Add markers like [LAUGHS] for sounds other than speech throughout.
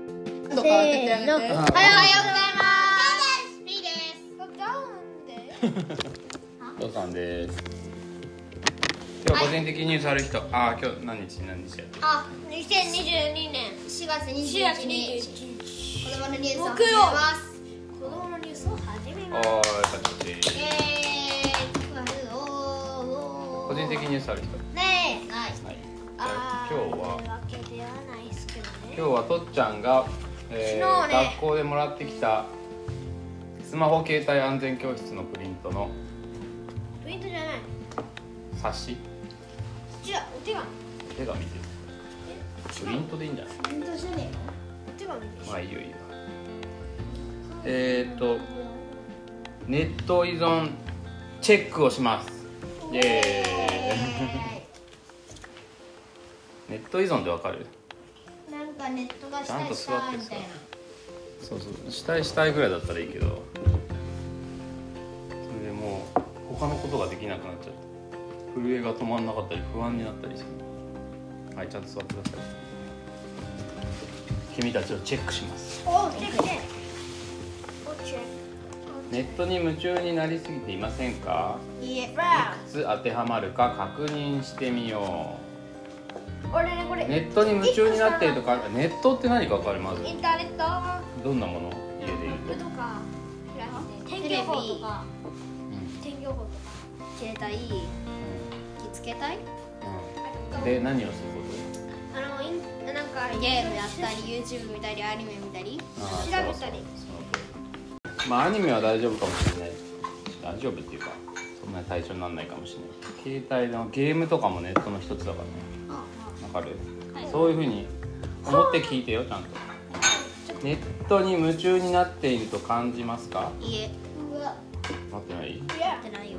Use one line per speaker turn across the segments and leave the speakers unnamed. おはようござい
せーのおはようございますピーです
父さんです今日個人的ニュースある人、ああ今日何日何日やった
あ、2022年
4月
4
21
月
日
21日
子供のニュースを
木
始め
曜
ます
子供のニュースを始め
ああ
ます
よかったです
イエーイおーおー
個人的ニュースある人
ねえない
はい
あー
今日は
というわけではないですけどね
今日はとっちゃんが、えー
昨日ね
学校でもらってきたスマホ携帯安全教室のプリントの
プリントじゃない
冊子
じゃあお手紙
手紙ですプリントでいいんじゃない
本当じゃね
お手紙でしょ
まあいいよいいよえー、っとネット依存チェックをしますイエーイネット依存でわかる
えなんかネットがし
ちゃ
た
んと
い
座
し
ったて
い
さ
みたいな
そうそうしたいしたいぐらいだったらいいけどそれでもう他のことができなくなっちゃって震えが止まんなかったり不安になったりしてはいちゃんと座ってください君たちをチェックします
おチェックねおチェッ
ネットに夢中になりすぎていませんか
いいえ
クわ
いつ当てはまるか確認してみよ
ー俺ねこ
う
れ
ネットに夢中になっているとかネットって何か分かるまず
インターネットマ
どんなもの家で
ップ
言う
と
と
か
テ
天気
レ
予
ビ
報とか
うん
天気予報とか
携帯気付けたい
うんで何をすること
あのインなんか
ゲームやったり YouTube 見たりアニメ見たり
あー
調べたり
まあアニメは大丈夫かもしれない大丈夫っていうかそんなに対象にならないかもしれない携帯のゲームとかもネットの一つだからねわかる、そういうふうに思って聞いてよちゃんとネットに夢中になっていると感じますか
いいえ
うわ
待ってない
いや
やってないよ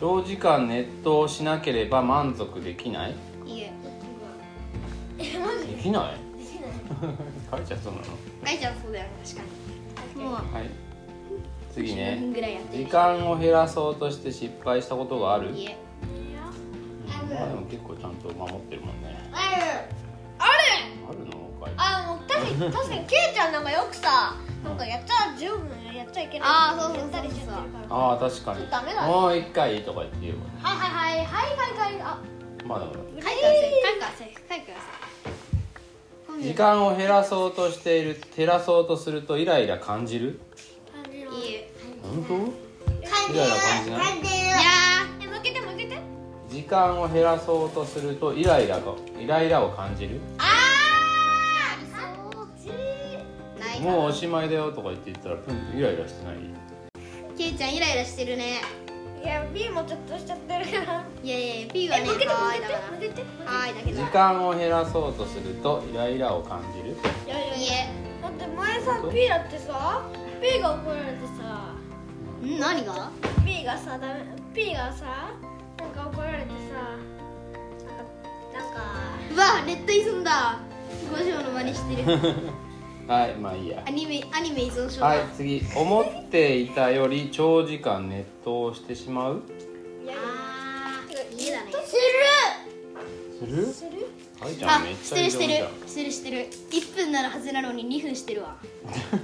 長時間ネットをしなければ満足できない
いいえ
えマジ
で
で
きない
できない
[LAUGHS] 書いちゃそうな
ガイちゃんそうだよね確かにもう
のはい次
10分
ね
ぐらいやって
時
る
間を減らそうとして失敗したことがある
いいえ
まあでも結構ちゃんと守ってるもんね。
ある
あるのかい。
あの確かに確かにケイちゃんなんかよくさなんかやったら十分やっちゃいけない
あーそうそうそうそう
やったりしちゃってるから
ああ確かに。
ダメだね
もう一回とか言って言えばね。
はいはいはいはいはいはいあ
まだまだ。
書いてください書いてください書いてください
時間を減らそうとしている減らそうとするとイライラ感じる。
感じる
いいえ
本当？
感
イライラ感じない
じる
いや
え向けて向けて
時間を減らそうとするとイライラとイライラを感じる。
あー感じ
ーない
もう
か
おしまいだよとか言って言ったらプンイライラしてない。
けいちゃんイライラしてるね
いや B もちょっとしちゃってる [LAUGHS] から
いやいや P は
え
ね
向けて
可愛いだから
向けて向けて向けて
可愛いだけ
時
ど
間を減らそうとするとイライラを感じる。
いやいや
いい
いや
え
だって前さ
本当
B だってさ B が怒られてさ
ん何が
P がさダメ P がさなんか怒られてさなんか
うわネット依存だ五条の真似してる
はいまあいいや
ア。ニメアニメ依存症だ、
はい次思っていたより長時間ネットをしてしまう。
なんかいやいや
あーいいえだね
する？
する
はいちゃ
あ
んめっち
し
ゃ
て
依
る
存
し
じ
て
ゃ
る
ん
してるしてる一分ならはずなのに二分してるわ
ま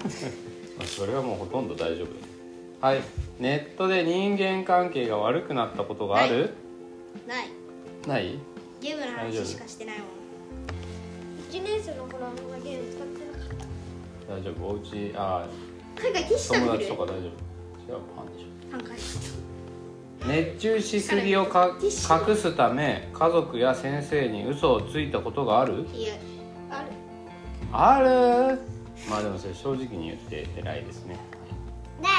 あそれはもうほとんど大丈夫はいネットで人間関係が悪くなったことがある、
ない
ない
ゲームの話しかしてないもん
一年生の頃はみんなゲーム使ってなかっ
大丈夫おうちあ
なんか消したん
友
で
達
る
とか大丈夫違うパンでしょ
なんか
熱中しすぎをか隠すため家族や先生に嘘をついたことがある
いいえ
たある
あるまあでもそれ正直に言って偉いですね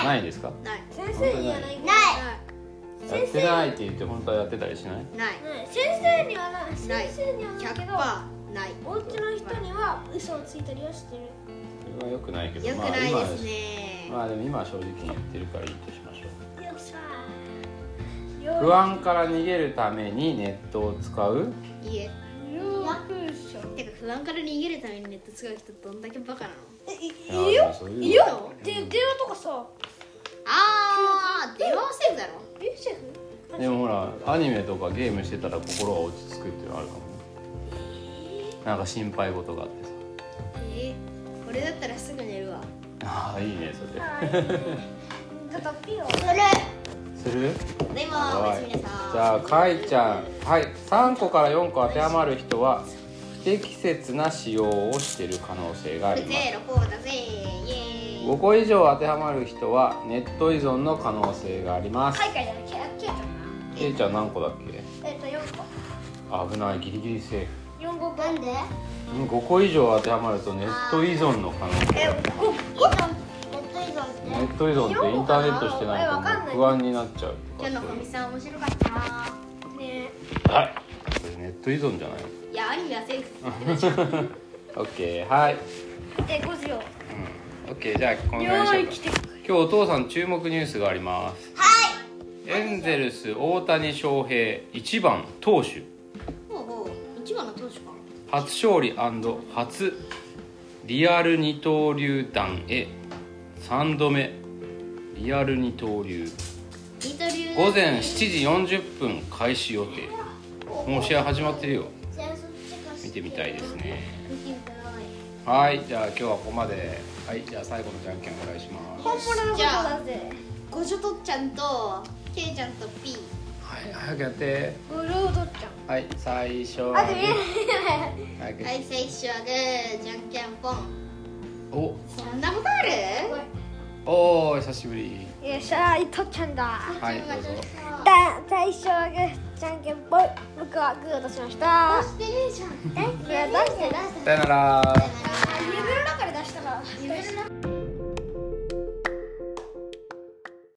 ないですか
ない
先生にはない
ない
やってないって言って本当はやってたりしない
ない
ない先生にはない
ない
先生にはないけ
100%
ど
ない
お家の人には嘘をついたりはしてる
それは良くないけど
よくない
まあ
で
今は
すね、
まあでも今は正直に言ってるからいいとしましょう
よっしゃー
不安から逃げるためにネットを使う
いいえ
よーくしょ
てか不安から逃げるためにネット使う人どんだけバカなの
えい
いや
いるよ
そういうの
いるよで電話とかさ
あー電話はセーフだろ
えシェフ
でもほらアニメとかゲームしてたら心が落ち着くっていうのあるかもねなんか心配事があってさ
えこれだったらすぐ寝るわ
ああいいねそれ
はいちょっとピを
それ
する
でもおや
は
すみ
い
なさい
じゃあかいちゃんはい3個から4個当てはまる人は不適切な使用をしている可能性があ
これ
ります
ゼロこうだぜイエー
5個以上当てはまる人はネット依存の可能性があります、
海外じゃないケアケアちゃんな
けいちゃん何個だっけ
えっと4個
危ないギリギリセーフ
4個
イなんで
うん5個以上当てはまるとネット依存の可能性
え五
依存ネット依存って
ネット依存ってインターネットしてないともう不安になっちゃうと
今
か
日の
そう
かみ
い
さん面白かったな
個ね
うはいこれネット依存じゃない
いや兄がセーフ
オッケーはい、
え五十よ
うん、オッケーじゃあこの辺にしよう
ーい
か
来て
今日お父さん注目ニュースがあります
はい
エンゼルス大谷翔平1番投手
ほうほう一番の投手か
初勝利初リアル二刀流弾へ3度目リアル二刀流
二刀流
午前7時40分開始予定もう試合始まってるよ
じゃあそっち貸して
見てみたいですね
見てみたい
はいじゃあ今日はここまではいじゃあ最後のじゃんけんお願いします
本物のことだぜ
ごじょとっちゃんとけいちゃんとピー
はい早くやって
ブルードッチャン
はい最初は
あと見えない
早く
はい最初はグーじゃんけんぽん
お
そんなことある
おー久しぶり
よっしゃーいとっちゃんだ
はいどうぞ
だ最初はグーじゃんけんぽい僕はグー出しました
出してねえじゃん出して
ねえじゃ
出
ん
して
さよなら
指の中で出したら指の中